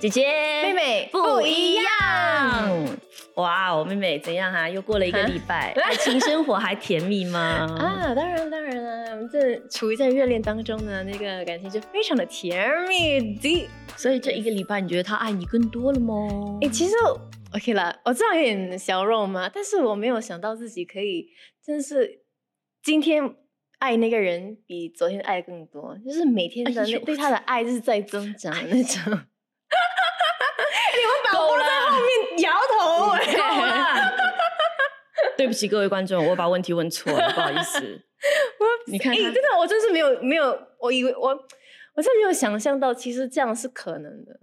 姐姐、妹妹不一样。样哇哦，妹妹怎样哈、又过了一个啊礼拜，爱情生活还甜蜜吗？ 啊！当然当然了，我们这处于在热恋当中呢，那个感情就非常的甜蜜的。所以这一个礼拜，你觉得他爱你更多了吗？哎、其实 OK 啦，我知道有点小肉麻，但是我没有想到自己可以，真是今天爱那个人比昨天爱更多，就是每天的哎那呦对他的爱就是在增长那种。够了， 摇头哎、够了。 对不起各位观众，我把问题问错了，不好意思。你看哎、他真的，我真是没有没有，我以为我我真没有想象到，其实这样是可能的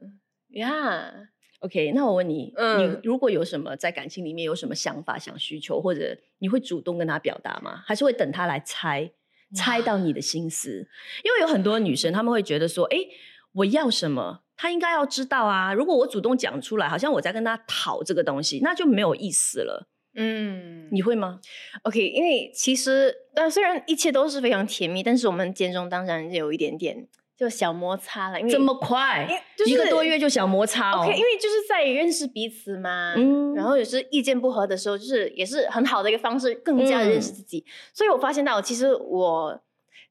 呀。 OK，那我问你，嗯你如果有什么在感情里面有什么想法、想需求，或者你会主动跟他表达吗？还是会等他来猜，猜到你的心思？因为有很多女生，她们会觉得说，诶，我要什么，他应该要知道啊。如果我主动讲出来，好像我在跟他讨这个东西，那就没有意思了。嗯，你会吗？ OK，因为其实但虽然一切都是非常甜蜜，但是我们间中当然有一点点就小摩擦了，因为这么因为快，就是一个多月就想摩擦哦。 OK，因为就是在于认识彼此嘛。嗯然后也是意见不合的时候，就是也是很好的一个方式，更加认嗯识自己。所以我发现到，其实我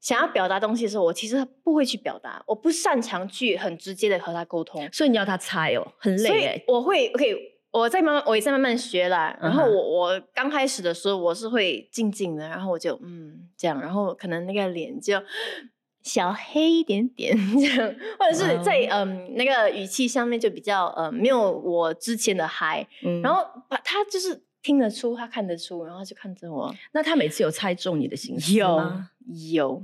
想要表达东西的时候，我其实不会去表达，我不擅长去很直接的和他沟通。所以你要他猜哦，很所累以哎。我会 OK，我在慢慢我也在慢慢学啦。然后嗯哼我我刚开始的时候我是会静静的，然后我就嗯这样，然后可能那个脸就小黑一点点这样，或者是在哦嗯那个语气上面就比较嗯没有我之前的嗨。嗯然后把他就是听得出，他看得出，然后就看着我那他每次有猜中你的心思有吗？有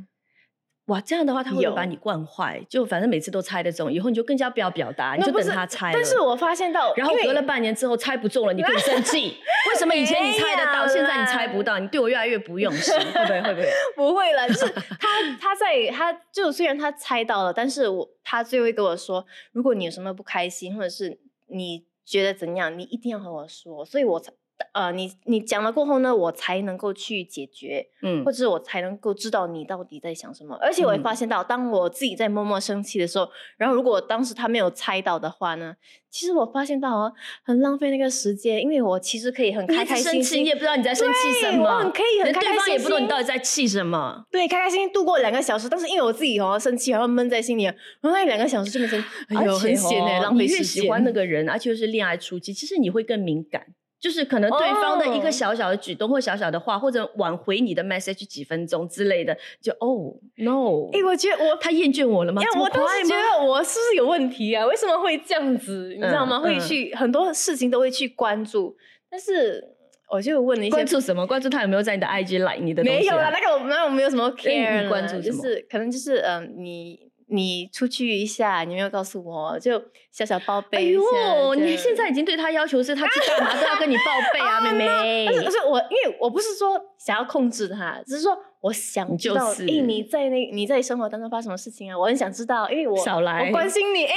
哇，这样的话他会不有会把你惯坏，就反正每次都猜得中，以后你就更加不要表达，你那就不等是他猜了。但是我发现到，然后因为隔了半年之后猜不中了，你可以 生气。为什么以前你猜得到，没有啦现在你猜不到？你对我越来越不用心，会不会？会不会？ 不会了， 就是他他在他就虽然他猜到了，但是我他最后会跟我说，如果你有什么不开心，或者是你觉得怎样，你一定要和我说，所以我才呃你你讲了过后呢，我才能够去解决，嗯或，者是 我才能够知道你到底在想什么。而且我也嗯发现到，当我自己在默默生气的时候，然后如果当时他没有猜到的话呢，其实我发现到哦，很浪费那个时间，因为我其实可以很你开一直开生心气，心你也。不知道你在生气什对我很么，可以很连开开对心方心，也不懂你到底在气什么。对，开开心心度过两个小时，但是因为我自己哦生气，然后闷在心里，然后那两个小时就变成，哎呦，而且很闲哎、哦浪费你时越间。喜欢那个人，而且又是恋爱初期，其实你会更敏感。就是可能对方的一个哦小小的举动或小小的话，或者挽回你的 message 几分钟之类的，就哦 no，哎、我觉得我，他厌倦我了吗？哎这么我当快时觉吗？得我是不是有问题啊？为什么会这样子？你知道吗？嗯会嗯去、很多事情都会去关注，但是我就问了一些关注什么？关注他有没有在你的 IG 来你的东西、啊？哎没有啦，那个我那我没有什么你 care 啦关注什就么是可能就是嗯、你你出去一下，你没有告诉我，就小小报哎备一下。呦，这你样现在已经对他要求是他去干嘛都要 跟你报备啊，妹妹但。是，但是我因为我不是说想要控制他，只是说我想知道，就哎、是你在那你在生活当中发生什么事情啊？我很想知道，因为我少来我关心你，哎、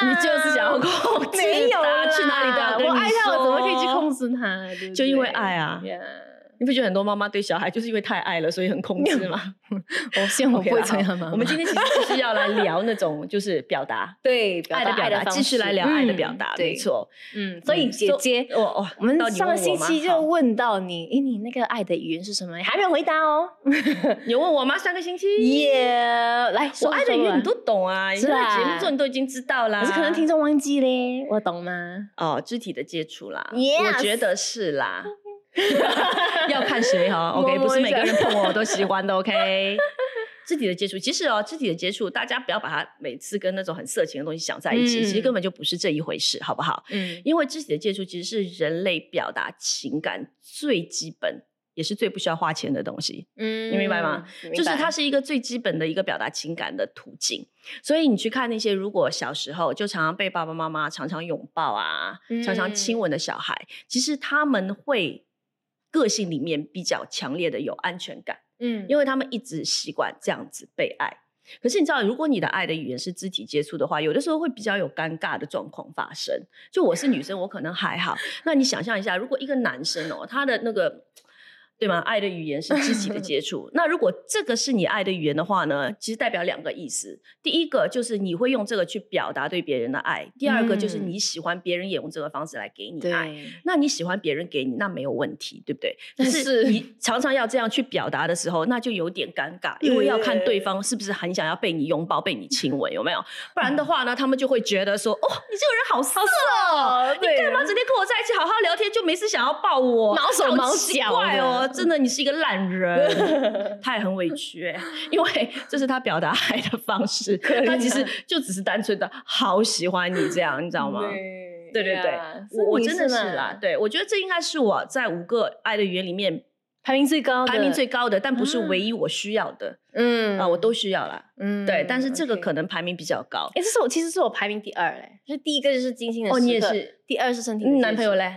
真的你啦，就是想要控制没有他，啦去哪里都要跟你我爱他，我怎么可以去控制？制他？对不就因为对爱啊 Yeah 你不觉得很多妈妈对小孩就是因为太爱了，所以很控制吗？我希望我 OK 哦不会啦这好样嘛。。我们今天其实就是要来聊那种就是表达对表爱达的表达，方继续式来聊爱的表达，嗯、没对，错。嗯，所以嗯姐所姐。哦哦，我们到底上个问我星吗期就好问到你，哎，你那个爱的语言是什么？你还没有回答哦。你有问我吗？上个星期，耶、来，我说爱的说语言吧你都懂啊，你是在节啦目中你都已经知道啦。可是可能听众忘记嘞，我懂吗？哦，肢体的接触啦 Yes 我觉得是 啦，要看谁哈。摸 OK，摸不是一每个下人碰我都喜欢 的。OK，肢体的接触，其实哦，肢体的接触，大家不要把它每次跟那种很色情的东西想在一起，嗯其实根本就不是这一回事，好不好？嗯，因为肢体的接触其实是人类表达情感最基本，也是最不需要花钱的东西。嗯你明白吗？就是它是一个最基本的一个表达情感的途径。所以你去看那些如果小时候就常常被爸爸妈妈常常拥抱啊、常常亲嗯吻的小孩，其实他们会个性里面比较强烈的有安全感，嗯因为为他们一直习惯这样子被爱。可是你知道，如果你的爱的语言是肢体接触的话，有的时候会比较有尴尬的状况发生。就我是女生，我可能还好。那你想象一下，如果一个男生哦，他的那个对吗？爱的语言是肢体的接 触。那如果这个是你爱的语言的话呢，其实代表两个意思。第一个就是你会用这个去表达对别人的爱；第二个就是嗯你喜欢别人也用这个方式来给你对，爱。那你喜欢别人给你，那没有问题，对不对？但但是嗯是你常常要这样去表达的时候，那就有点尴尬，因为要看对对方是不是很想要被你拥抱、被你亲吻，有没有？不嗯然的话呢，他们就会觉得说：“哦，你这个人好色哦，哦，你干嘛整天跟我在一起好好聊天，就没事想要抱我？毛手好毛奇脚怪哦，的真的，你是一个烂 人。”他也很委屈、欸，因为这是他表达爱的方式，怜他其实他就只是单纯的好喜欢你这样，你知道吗？对对对对呀我我你真的是吗啦，对我觉得这应该是我在五个爱的语言里面排名最高的，排名最高的，但不是啊唯一我需要的啊、嗯我都需要啦。嗯对，但是这个 OK 可能排名比较高。哎、这是我其实是我排名第二嘞，就是第一个就是精心的哦你也时刻是，第二是身体的嗯接男朋友触，嘞？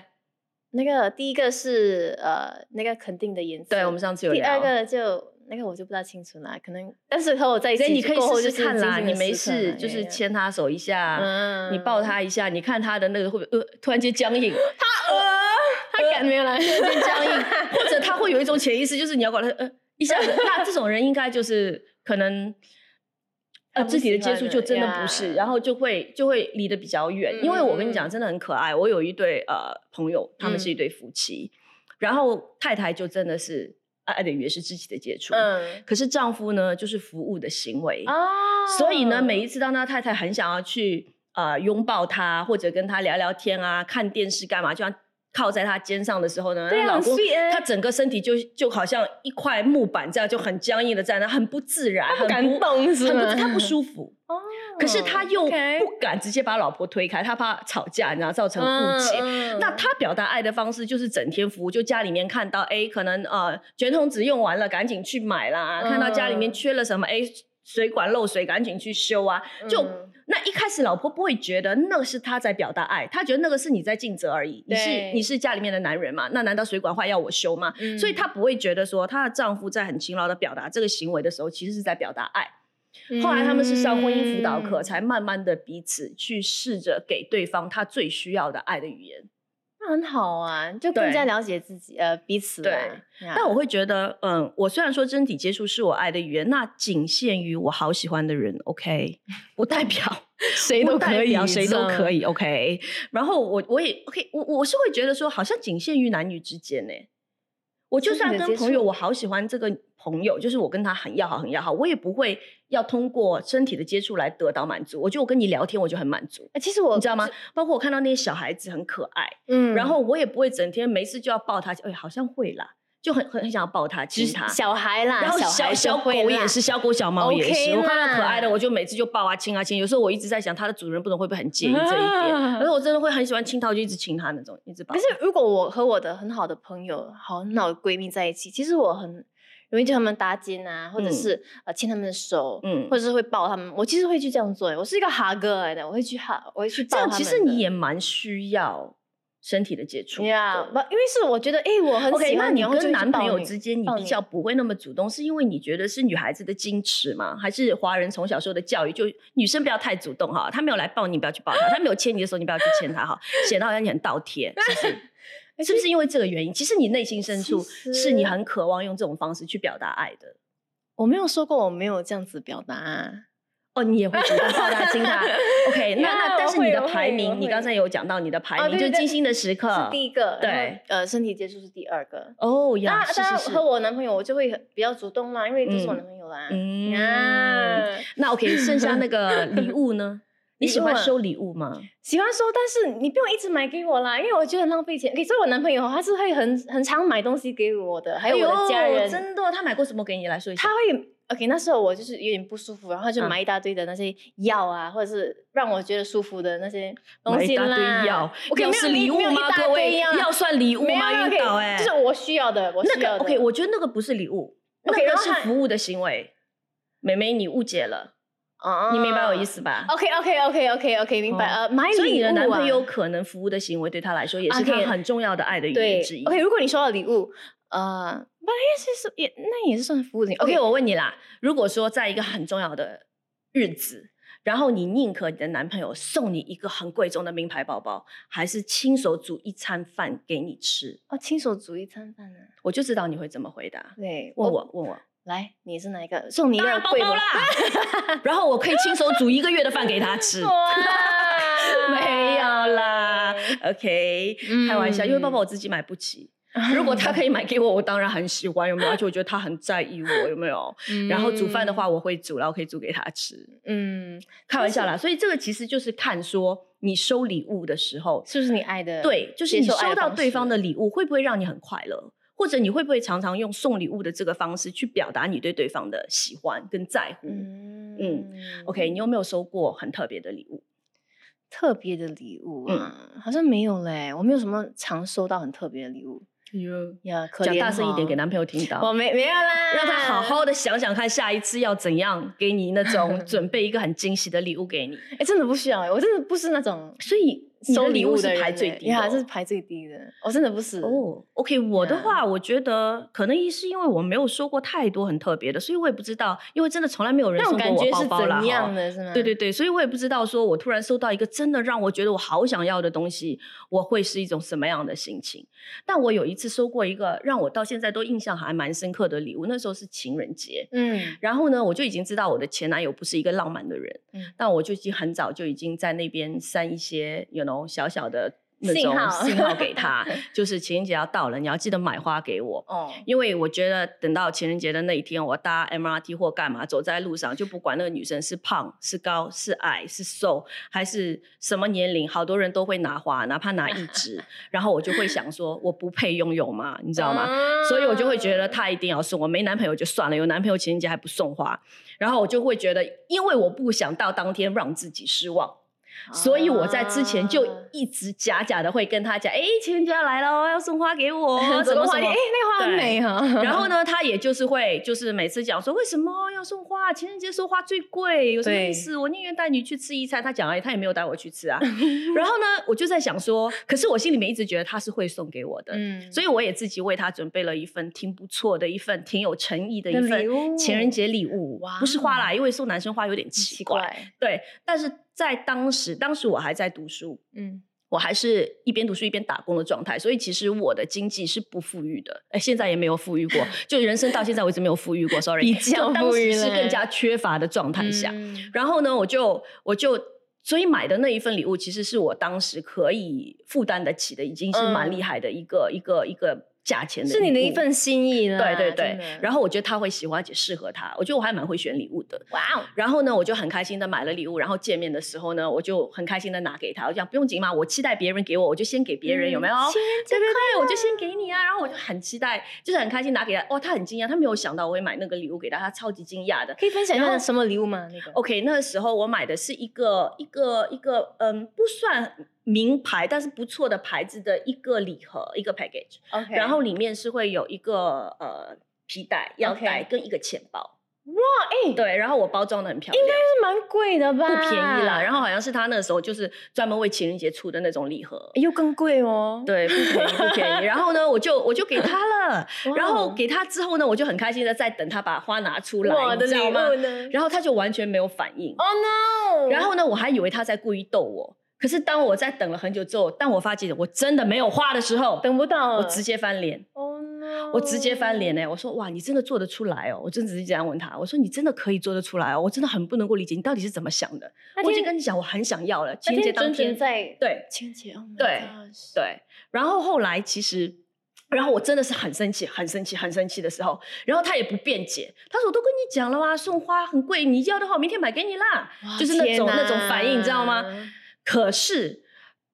那个第一个是呃那个肯定的颜色，对，啊我们上次有第聊二个就那个我就不大清楚啦，可能但是和我在一所以起哎你可过后以试就试是看啦，精心你的没时刻事嘛就是，哎呀呀牵他手一下，嗯你抱他一下，你看他的那个会不会呃突然间僵硬，嗯他 敢没有来，突然间僵 硬，或者他会有一种潜意识，就是你要管他呃一下子，那这种人应该就是可能。呃，他不肢体的喜接欢触了就真的不呀是，然后就会就会离得比较远，因为我跟你讲，嗯真的很可爱。我有一对呃朋友，他们是一嗯对夫妻，然后太太就真的是啊爱爱的语言是肢体的接触，嗯可是丈夫呢就是服务的行为啊 所以呢，每一次当他太太很想要去呃拥抱他，或者跟他聊聊天啊、看电视干嘛，就像靠在他肩上的时候呢，对那啊老很公 sweet 欸他整个身体就就好像一块木板这样，就很僵硬的站着，很不自然，不敢很不动是很不吗？他不舒服。哦，可是他又 OK 不敢直接把老婆推开，他怕吵架，然后造成误解。嗯那嗯他表达爱的方式就是整天服务，就家里面看到哎，诶可能呃卷筒纸用完了，赶紧去买啦；看到家里面嗯缺了什么，哎，水管漏水，赶紧去修啊。就、嗯那一开始老婆不会觉得那个是他在表达爱，她觉得那个是你在尽责而已。你是对你是家里面的男人嘛？那难道水管坏要我修吗？所以嗯她不会觉得说她的丈夫在很勤劳的表达这个行为的时候，其实是在表达爱。后来他们是上婚姻辅导课，嗯才慢慢的彼此去试着给对方他最需要的爱的语言。那很好啊，就对更加了解自己，呃，彼此对啦。呀但我会觉得，嗯，我虽然说身体接触是我爱的语言，那仅限于我好喜欢的人，OK，不 代表谁不代表谁都可以。嗯以，OK。然后我我也 OK，我我是会觉得说，好像仅限于男女之间呢、我就身体算跟的接朋友，触我好喜欢这个朋友，就是我跟他很要好，很要好，我也不会要通过身体的接触来得到满足。我觉得我跟你聊天，我就很满足，呃其实我你知道吗？？包括我看到那些小孩子很可爱，嗯然后我也不会整天没事就要抱他，哎，好像会啦，就很很很想要抱他，就亲是他。小孩啦，然后小小小狗也是，小狗小猫也是 OK 我看到可爱的啦我就每次就抱啊亲啊亲。有时候我一直在想，它的主人不懂会不会很介意这 一点，啊可是我真的会很喜欢亲它，我就一直亲它那种，一直抱可。是如果我和我的很好的朋友、好很好的闺蜜在一起，其实我很容易叫他们搭肩啊，或者嗯是、呃牵他们的手，嗯或者是会抱他们。我其实会去这样做，欸我是一个哈哥来的，我会去哈，我会去这抱样他们的。其实你也蛮需要身体的接触的。呀，不，因为是我觉得，哎，我很 OK，喜那欢你然后就跟会去男朋抱友你之间，你抱比较不会那么主动，是因为你觉得是女孩子的矜持吗？还是华人从小受的教育，就女生不要太主动哈，她没有来抱你，不要去抱她；她没有牵你的时候，你不要去牵她哈，显得好像你很倒贴，是不 是？是不是因为这个原因？其实你内心深处哎其是你实很渴望用这种方式去表达爱的。我没有说过我没有这样子表达啊、哦，你也会主动抱他、亲 他。OK，那那 Yeah，但是我你会的我排会我名，你会刚才有讲到你的排哦名，对就对对精心的时刻是第一个，然后对呃，身体接触是第二个。哦当呀，然，是当是然是和我男朋友我就会很比较主动啦，因为都是我嗯男朋友啦。嗯啊，那 OK，剩下那 个礼物呢？你喜欢收礼物吗？喜欢收，但是你不用一直买给我啦，因为我觉得很浪费钱。可是我男朋友他是会很很常买东西给我的，还有我的家哎呦人，真的，他买过什么给你来说一下他？会。OK，那时候我就是有点不舒服，然后他就啊买一大堆的那些药啊，或者是让我觉得舒服的那些东买西一啦。大堆药， OK，药没有是礼物没有一吗？大各位，堆药药算礼物没有吗？没晕有倒哎， OK，就是我需要的，我那需个要的。 OK，我觉得那个不是礼物，那 OK，个然后是还服务的行为。妹妹，你误解了，啊你明白我意思吧？ ？OK OK OK OK OK，明白。哦呃，买礼物、啊、所以你的男朋友可能服务的行为对他来说也是他 OK 很重要的爱的语言对之一。 OK，如果你收到礼物，呃，不也是是也那也是算服务的。 OK， OK，我问你啦，如果说在一个很重要的日子，然后你宁可你的男朋友送你一个很贵重的名牌包包，还是亲手煮一餐饭给你吃？哦，亲手煮一餐饭呢、我就知道你会怎么回答。对，问我，问我，来，你是哪一个？送你一当个然包贵包吗啦， 哦然后我可以亲手煮一个月的饭给他 吃。啊哇没有啦，OK，、开嗯玩笑，因为包包我自己买不 起。如果他可以买给我，我当然很喜欢，有没有？而且我觉得他很在意我，有没有？然后煮饭的，话，我会煮，然后可以煮给他吃。嗯，嗯开玩笑啦，所以这个其实就是看说你收礼物的时候，是不是你爱的？对，就是接你受爱收到方对方式的礼物会不会让你很快乐，或者你会不会常常用送礼物的这个方式去表达你对对方的喜欢跟在乎。嗯嗯 OK，你有没有收过很特别的礼物？特别的礼物嗯啊？好像没有嘞，我没有什么常收到很特别的礼物呀。可讲怜大声一点哈给男朋友听到。我没没有啦，让他好。好的想想看，下一次要怎样给你那 种准备一个很惊喜的礼物给你。哎、真的不需要、欸，我真的不是那种所以你的收礼礼物物是的人排欸最低的呀哦是排最低的。我真的不是，哦、o k 我嗯的话，我觉得可能是因为我没有收过太多很特别的，所以我也不知道，因为真的从来没有人那送种过感我觉包是包啦。怎样哈的，是吗？对对对，所以我也不知道，说我突然收到一个真的让我觉得我好想要的东西，我会是一种什么样的心情。但我有一次收过一个让我到现在都印象还蛮深刻的礼物，那时候是情人节，嗯，然后呢，我就已经知道我的前男友不是一个浪漫的人，嗯但我就已经很早就已经在那边删一些，you know，小小的那信种号信号 给他，就是情人节要到了，你要记得买花给我。哦，因为我觉得等到情人节的那一天，我搭 MRT 或干嘛，走在路上就不管那个女生是胖是高是矮是瘦还是什么年龄，好多人都会拿花，哪怕拿一 支，然后我就会想说，我不配拥有吗？你知道吗？啊所以我就会觉得他一定要送我，没男朋友就算了，有男朋友情人节还不送花，然后我就会觉得，因为我不想到当天让自己失望，所以我在之前就啊，一直假假的会跟他讲，哎、情人节要来了，要送花给我 哦 怎怎么么怎么花店？哎、。那个花很对美哈、 然后呢，他也就是会，就是每次讲说为什么要送花？情人节收花最贵，有什么意对思？我宁愿带你去吃一餐。他讲而已，他也没有带我去 吃啊。然后呢，我就在想说，可是我心里面一直觉得他是会送给我的，嗯，所以我也自己为他准备了一份挺不错的一份挺有诚意的一的份礼物情人节礼物，哇不是花啦，因为送男生花有点以奇怪。对，但是在当时，当时我还在读书。嗯，我还是一边读书一边打工的状态，所以其实我的经济是不富裕的，哎，现在也没有富裕过，就人生到现在为止没有富裕过，sorry，比较就当富时裕是了更加缺乏的状态下，嗯然后呢，我就我就所以买的那一份礼物，其实是我当时可以负担得起的，已经是蛮嗯厉害的一个、一个一个价钱的，是你的一。份啊心意啦，对对对，然后后我觉得他会喜欢，而且适合他。我觉得我还蛮会选礼物的。哇哦，然后呢，我就很开心的买了礼物，然后见面的时候呢，我就很开心的拿给他，我讲不用紧嘛，我期待别人给我，我就先给别人，有没有？嗯情人节对对对，我就先给你啊，然后我就很期待，就是很开心拿给他。哇，哦他很惊讶，他没有想到我会买那个礼物给他，他超级惊讶的。可以分享一然后下什么礼物吗？那个 OK，那个时候我买的是一个一个一个，嗯，不算名牌，但是不错的牌子的一个礼盒，一个 package， ，OK，然后里面是会有一个呃皮带、腰 OK 带跟一个钱包。哇，哎、对，然后我包装的很漂亮，这蛮贵的吧？不便宜啦。然后好像是他那时候就是专门为情人节出的那种礼盒。哎又更贵哦。对，不便宜，不便宜。然后呢，我就我就给他了， 哇哦，然后给他之后呢，我就很开心的在等他把花拿出来，我的你知礼道吗？物呢？然后他就完全没有反应。 Oh no！然后呢，我还以为他在故意逗我。可是当我在等了很久之后，当我发现我真的没有花的时候，等不到了，我直接翻脸， Oh no！我直接翻脸哦欸呢、我说哇，你真的做得出来哦！我真的只是这样问他，我说你真的可以做得出来哦！我真的很不能够理解你到底是怎么想的。那天。我已经跟你讲，我很想要了。情那人节天当整天整，在对情人节，Oh my 对 gosh 对。然后后来其实，然后我真的是很生气、很生气、很生气的时候，然后他也不辩解，他说我都跟你讲了嘛，送花很贵，你要的话我明天买给你啦，哇就是那种天那种反应，你知道吗哪？可是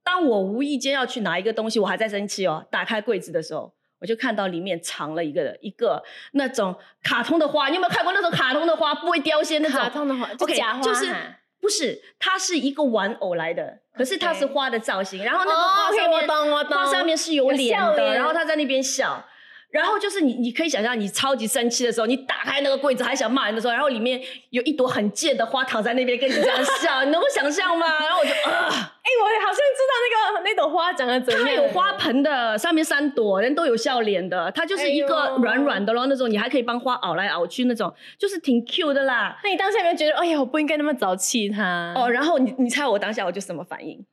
当我无意间要去拿一个东西，我还在生气哦，打开柜子的时候。我就看到里面藏了一个一个那种卡通的花，你有没有看过那种卡通的花不会凋谢那种？卡通的话， OK，假花就是哈不是，它是一个玩偶来的，可是它是 OK 花的造型，然后那个哦花，OK，上我面，懂我花懂上面是有有脸笑的，脸然后他在那边笑。然后就是你，你可以想象，你超级生气的时候，你打开那个柜子还想骂人的时候，然 后里面有一朵很贱的花躺在那边跟你这样笑，你能够想象吗？然后我就，呃、哎、我好像知道那个那朵花长得怎样。它有花盆的，上面三朵，人都有笑脸的，它就是一哎个呦软软的咯，那种你还可以帮花熬来熬去那种，就是挺 Q 的啦。那你当下有没有觉得，哎呀，我不应该那么早气他？哦，，然后你你猜我当下我就什么反应？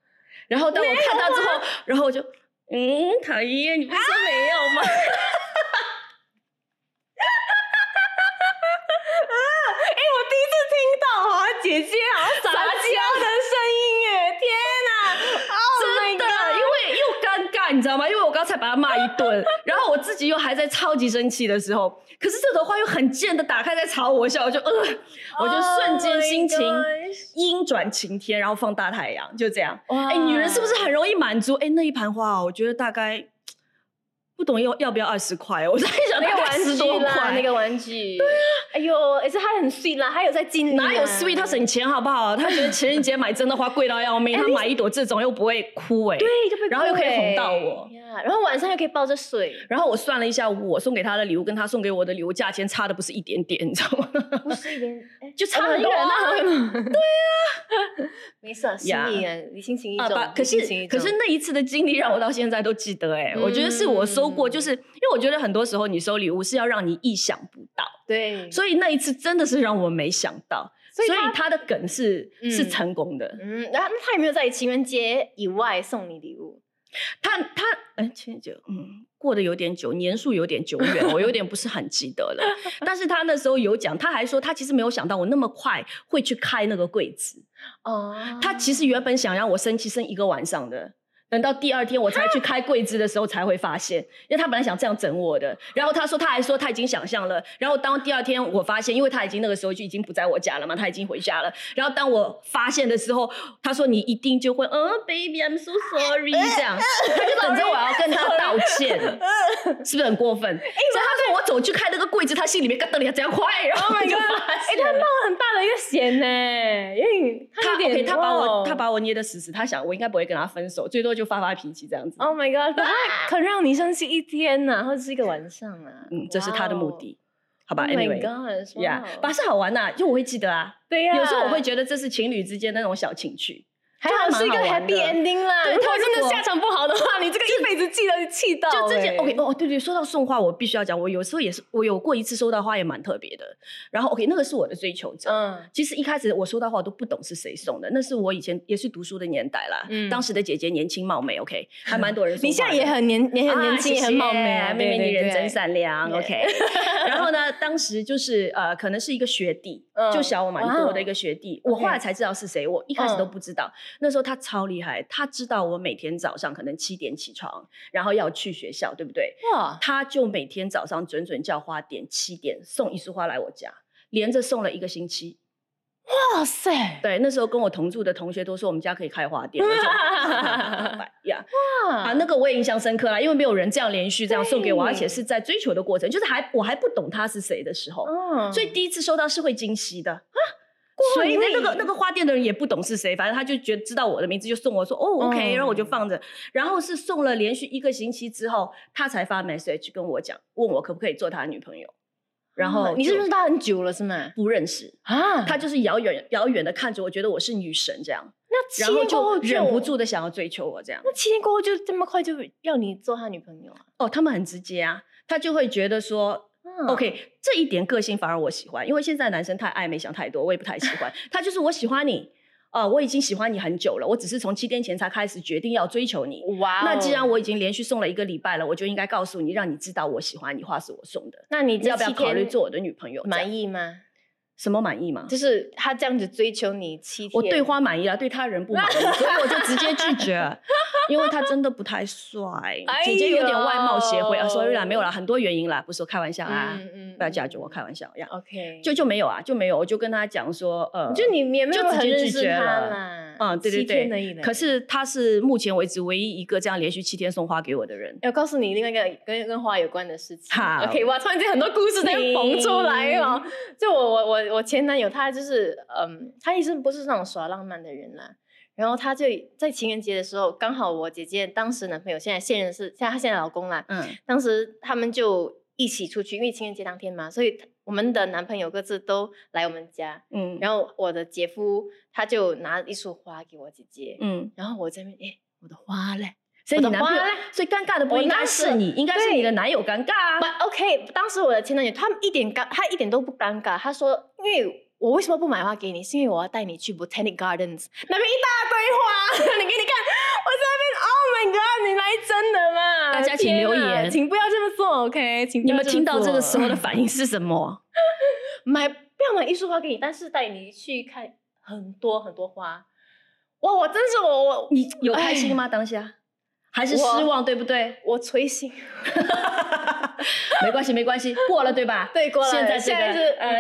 然后当我看到之后，然后我就嗯，讨厌，你不是说没有吗？哎，我第一次听到好像姐姐好像撒撒娇的声音耶！天哪，哦真的，Oh 因为又尴尬，你知道吗？因为我刚才把他骂一 顿，然后我自己又还在超级生气的时候，可是这朵花又很贱的打开在朝我笑，我就呃，我就瞬间心情 Oh my gosh 阴转晴天，然后放大太阳，就这样。哇哎、女人是不是很容易满足？哎、那一盘花、哦，我觉得大概不懂要要不要二十块，哦我在想那大个概玩十具多啦，块。那个玩具。啊对啊，哎呦，而且他很 sweet 啦，他有在尽力啦。哪有 sweet？他省钱好不好？他觉得情人节买真的花贵到要 命，他买一朵这种又不会哎枯萎。对，就被然后又可以哭哄到欸我呀然后晚上又可以抱着水，然后我算了一下，我送给他的礼物跟他送给我的礼物价钱差的不是一点点，你知道吗？ 不是一点，哎就差哦很多啊忍忍啊 对啊，没事啊，心呀意啊，你心情一啊，种把，可你是心情一可是种那一次的经历让我到现在都记得、哎、我觉得是我收嗯过，就是因为我觉得很多时候你收礼物是要让你意想不到，对，所以那一次真的是让我没想到，所以所以他他的梗是、嗯是成功的。嗯，然后那他有没有在情人节以外送你礼物？他他哎，前久嗯，过得有点久，年数有点久远，我有点不是很记得了。 但是他那时候有讲，他还说他其实没有想到我那么快会去开那个柜子。哦， 他其实原本想让我生气生一个晚上的，等到第二天我才去开柜子的时候才会发现，因为他本来想这样整我的，然后他说他还说他已经想象了，然后当第二天我发现，因为他已经那个时候就已经不在我家了嘛，他已经回家了，然后当我发现的时候，他说你一定就会，嗯，baby，I'm so sorry 这样，他就等着我要跟他道歉，是不是很过分？哎所以他说我走去开那个柜子，他心里面咯噔一下，这样快，然后 Oh my 就 god！发哎，现他了冒了很大的一个险呢，因为他他有点 OK，他把我哦他把我捏得死死，他想我应该不会跟他分手，最多就发发脾气这样子。 Oh my god！把他可让你生气一天呐、或者是一个晚上啊。嗯，这是他的目的，好吧哇哦。Oh my ？Anyway， god！呀哇，把是好玩呐，就我会记得啊。对呀、有时候我会觉得这是情侣之间那种小情趣，还就还好蛮是一个好玩 happy 的 ending 啦。对如他果如真的果下场不好的话，你这个一辈子记都气到、欸。就这件 OK 哦，对对，说到送花，我必须要讲，我有时候也是，我有过一次收到花也蛮特别的。然后 OK，那个是我的追求者，嗯，其实一开始我收到花我都不懂是谁送的，那是我以前也是读书的年代啦，嗯当时的姐姐年轻貌美，OK，还蛮多人送你现花在的也很年，也很啊年轻，谢也很貌美谢啊，妹对妹你人真。对对善良，OK。然后呢，当时就是呃，可能是一个学弟嗯，就小我蛮哇哦多的一个学弟，我 OK 后来才知道是谁，我一开始都嗯不知道。那时候他超厉害，他知道我每天早上可能七点起床，然后要去学校，对不对？哇，他就每天早上准准叫花点七点送一束花来我家，连着送了一个星期。哇塞！对，那时候跟我同住的同学都说我们家可以开花店，我就 呀。嗯啊，那个我也印象深刻啊啦，因为没有人这样连续这样送给我，对而且是在追求的过程，就是还我还不懂他是谁的时候，嗯，所以第一次收到是会惊喜的啊。哇所以那你那个那个花店的人也不懂是谁，反正他就觉知道我的名字就送我说哦 OK，、嗯然后我就放着，然后是送了连续一个星期之后，他才发 message 跟我讲，问我可不可以做他的女朋友，然后、哦你是不是他很久了是吗？不认识？啊，他就是遥远遥远的看着我，觉得我是女神这样，那七然后天过后就忍不住的想要追求我这样。那七天过后就这么快就要你做他女朋友啊？哦，他们很直接啊，他就会觉得说。嗯 OK，这一点个性反而我喜欢，因为现在男生太暧昧，想太多，我也不太喜 欢。他就是我喜欢你，呃，我已经喜欢你很久了，我只是从七天前才开始决定要追求你。哇哦，那既然我已经连续送了一个礼拜了，我就应该告诉你，让你知道我喜欢你，花是我送的。那你你要不要考虑做我的女朋友？满意？意吗？什么满意吗？就是他这样子追求你七天，我对花满意了，对他人不满 意，所以我就直接拒绝，因为他真的不太帅。 哎姐姐有点外貌协会，啊，呦所以啦，没有啦，很多原因啦，不是我开玩笑啊，嗯嗯不要嫁给我开玩笑呀。 OK，就就没有啊，就没有，我就跟他讲说，呃，就你也没有就直很接认拒识绝他了。啦，嗯，对对七天而对已。嘞可是他是目前为止唯一一个这样连续七天送花给我的人。要告诉你另外一个跟跟花有关的事情。好 OK，哇，突然间很多故事在蹦出来哦。就我我我我前男友他就是嗯，他一直不是那种耍浪漫的人啦。然后他就在情人节的时候，刚好我姐姐当时男朋友现在现任是现在她现在老公啦，嗯当时他们就一起出去，因为情人节当天嘛，所以我们的男朋友各自都来我们家，嗯，然后我的姐夫他就拿一束花给我姐姐，嗯，然后我在那边，哎，我的花嘞，所以你我的男朋友花嘞，所以尴尬的不我应该那时是你，应该是你对的男友尴尬啊。 But OK，当时我的前男友他一点尴，他一点都不尴尬。他说，因为我为什么不买花给你？是因为我要带你去 Botanic Gardens 那边一大堆花，你给 你看。我在那边，Oh my God，你来真的吗？大家请天留哪言请不要这么做，OK？请不你要们么听到这个做时候的反应是什么？买不要买艺术花给你，但是带你去看很多很多花。哇，我真是我我你有开心吗？当下哎还是失我望，对不对？我垂心， 没关系，没关系，过了对吧？对，过来了，现在这现个在是哎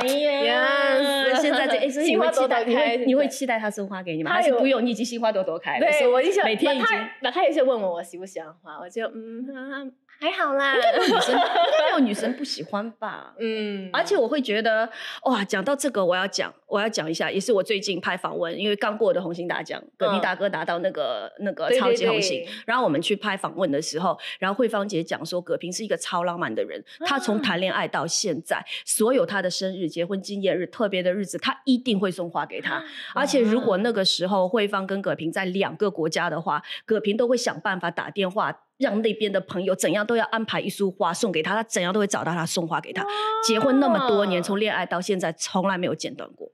呀， yes 现在这哎，所以你心花会期朵待朵你开会你会现在期待他送花给你吗？他还是有不用？你已经心花朵朵开了，所对，以我印象每天已经那他那他有些问我我喜不喜欢花，我就嗯、啊还好啦，？女生应该没有女生不喜欢吧嗯，而且我会觉得，哇，讲到这个，我要讲，我要讲一下，也是我最近拍访问，因为刚过我的红星大奖，葛尼大哥拿到那个、那个嗯对超级对红星，对然后我们去拍访问的时候，然后慧芳姐讲说，葛平是一个超浪漫的人，她从啊谈恋爱到现在，所有她的生日、结婚纪念日、特别的日子，她一定会送花给他。而且如果那个时候慧芳跟葛平在两个国家的话，葛平都会想办法打电话让那边的朋友怎样都要安排一束花送给他，他怎样都会找到他送花给他。结婚那么多年，从恋爱到现在从来没有间断过，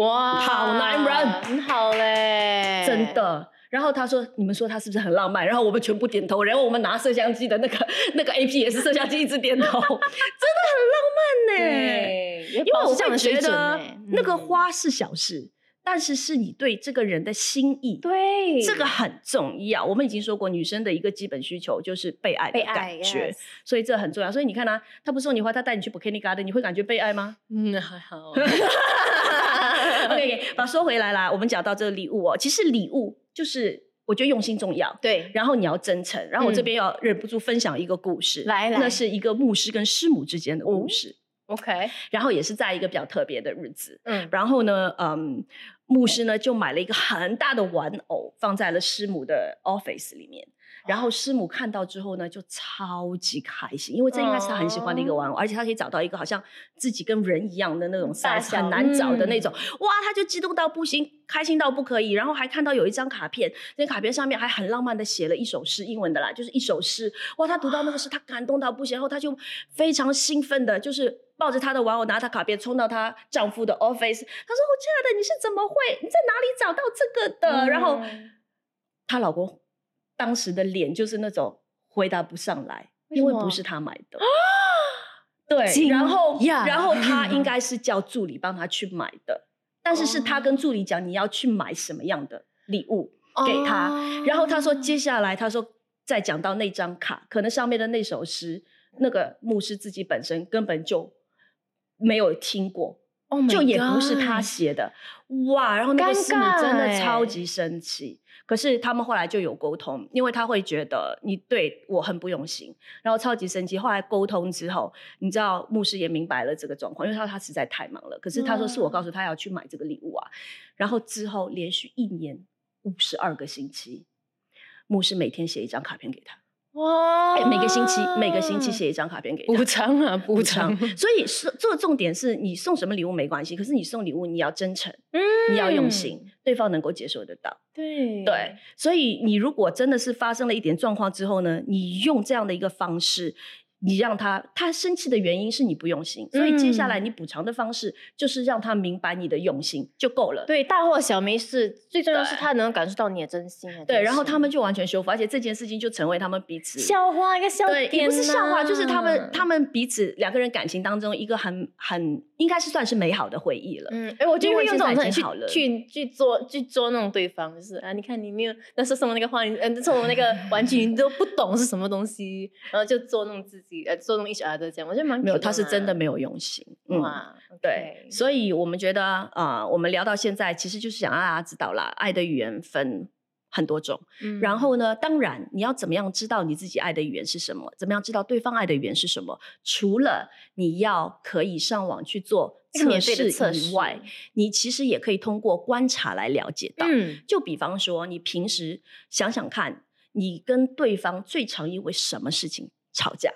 哇，好男人很好嘞，真的。然后他说：“你们说他是不是很浪漫？”然后我们全部点头，然后我们拿摄像机的那个 那个 A P 也是摄像机一直 点头，真的很浪漫呢、对，因因为我会觉得那个。嗯花是小事，但是是你对这个人的心意，对，这个很重要。我们已经说过，女生的一个基本需求就是被爱的被感爱觉， yes 所以这很重要。所以你看啊，他不送你花，他带你去 Bikini Garden，你会感觉被爱吗嗯，还 好。 ？OK，把说回来啦，我们讲到这个礼物哦，其实礼物就是我觉得用心重要。对，然后你要真诚，然后我这嗯边要忍不住分享一个故事，来来那是一个牧师跟师母之间的故哦事， OK，然后也是在一个比较特别的日子，嗯，然后呢，嗯，牧师呢就买了一个很大的玩偶放在了师母的 office 里面。然哦后师母看到之后呢，就超级开心，因为这应该是她很喜欢的一个玩偶，哦而且她可以找到一个好像自己跟人一样的那种大 size，很小嗯难找的那种。哇，她就激动到不行，开心到不可以。然后还看到有一张卡片，那卡片上面还很浪漫的写了一首诗，英文的啦，就是一首诗。哇，她读到那个诗，她感动到不行，然后她就非常兴奋的，就是抱着她的玩偶，拿她卡片冲到她丈夫的 office，她说：“我亲爱的，你是怎么会？你在哪里找到这个的？”然后嗯她老公当时的脸就是那种回答不上来，为因为什么啊不是她买的。对，然后惊讶然后她 应该是叫助理帮她去买的，但是是哦她跟助理讲你要去买什么样的礼物给她，哦然后她说接下来她说再讲到那张卡，可能上面的那首诗，那个牧师自己本身根本就没有听过， Oh my 就也不是 God 他写的，哇！然后那个尴师母真尬的欸超级生气。可是他们后来就有沟通，因为他会觉得你对我很不用心，然后超级生气。后来沟通之后，你知道牧师也明白了这个状况，因为他说他实在太忙了。可是他说是我嗯告诉他要去买这个礼物啊，然后之后连续一年五十二个星期，牧师每天写一张卡片给他，哇、哎每个星期每个哦星期写一张卡片给他，补偿啊， 补偿，所以是这个重点是你送什么礼物没关系，可是你送礼物你要真诚，嗯你要用心，对方能够接受得到。对对，，所以你如果真的是发生了一点状况之后呢，你用这样的一个方式。你让他他生气的原因是你不用心，所以接下来嗯你补偿的方式就是让他明白你的用心就够了。对，大或小没事，最重要是对他能感受到你的真心啊。对，真然后是他们就完全修复，而且这件事情就成为他们彼此笑话一个笑对，点、也不是笑话，就是他们他。们彼此两个人感情当中一个很很应该是算是美好的回忆了。嗯，哎，我就因为会用现这种在已东西经好了去去去捉去捉弄对方，就是啊，你看你没有那时候送我那个花，你嗯、送我那个玩具，你都不懂是什么东西，然后就捉弄自己，呃，捉弄 HR 的这样，我觉得蛮没有， cute 他是真的嘛没有用心。嗯，哇，对 OK 所以我们觉得啊、呃我们聊到现在，其实就是想让大家知道啦，爱的语言分很多种。嗯然后呢，当然你要怎么样知道你自己爱的语言是什么？怎么样知道对方爱的语言是什么？除了你要可以上网去做那个测免费的测试以外，你其实也可以通过观察来了解到。嗯，就比方说，你平时想想看，你跟对方最常因为什么事情吵架？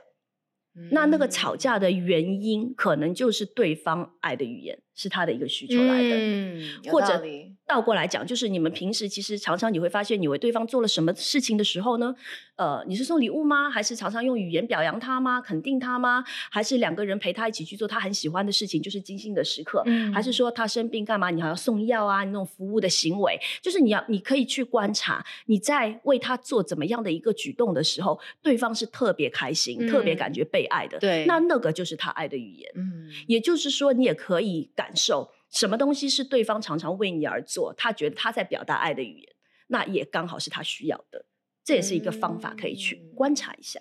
那嗯那个吵架的原因，可能就是对方爱的语言是他的一个需求来的。嗯，有或道者理倒过来讲，就是你们平时其实常常你会发现，你为对方做了什么事情的时候呢，呃，你是送礼物吗？还是常常用语言表扬他吗？肯定他吗？还是两个人陪他一起去做他很喜欢的事情，就是精心的时刻？嗯还是说他生病干嘛，你还要送药啊，那种服务的行为，就是你要你可以去观察，你在为他做怎么样的一个举动的时候，对方是特别开心，特别嗯感觉被爱的，对那那个就是他爱的语言。嗯也就是说，你也可以感受什么东西是对方常常为你而做，他觉得他在表达爱的语言，那也刚好是他需要的。这也是一个方法，可以去嗯观察一下。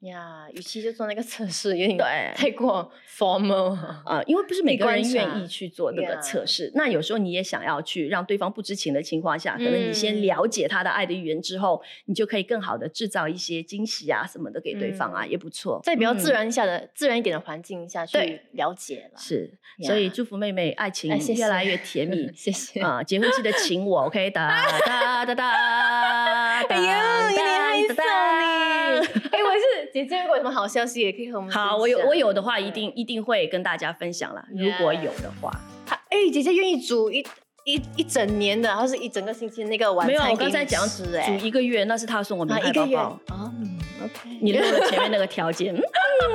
呀，与其就做那个测试，有点对 太过 formal 了。啊、因为不是每你个人观察愿意去做那个 Yeah 测试。那有时候你也想要去让对方不知情的情况下，可能你先嗯了解他的爱的语言之后，你就可以更好的制造一些惊喜啊什么的给对方啊，嗯也不错。在比较嗯、自然下的、自然一点的环境下去对了解了。是，所以 Yeah 祝福妹妹爱情哎谢越谢来越甜蜜。谢 谢。啊、结婚记得请 我，OK？哒哒哒哒，哎呀，有点害哒哒臊你。哎，我是姐姐，如果有什么好消息也可以和我们好，分我有我享嗯有的话，一对定一定会跟大家分享啦。如果有的话，她哎、姐姐愿意煮一一一整年的，然后是一整个星期那个晚没餐有，我给刚才你讲煮吃哎、一个月，那是他送我名啊牌一包个月包哦，，嗯，OK，你漏 了前面那个条件。嗯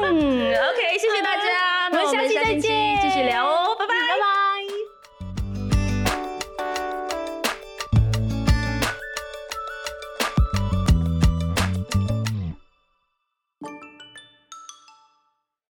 ，OK，谢谢大家，我那们我下们期下再星期见嗯继续聊哦。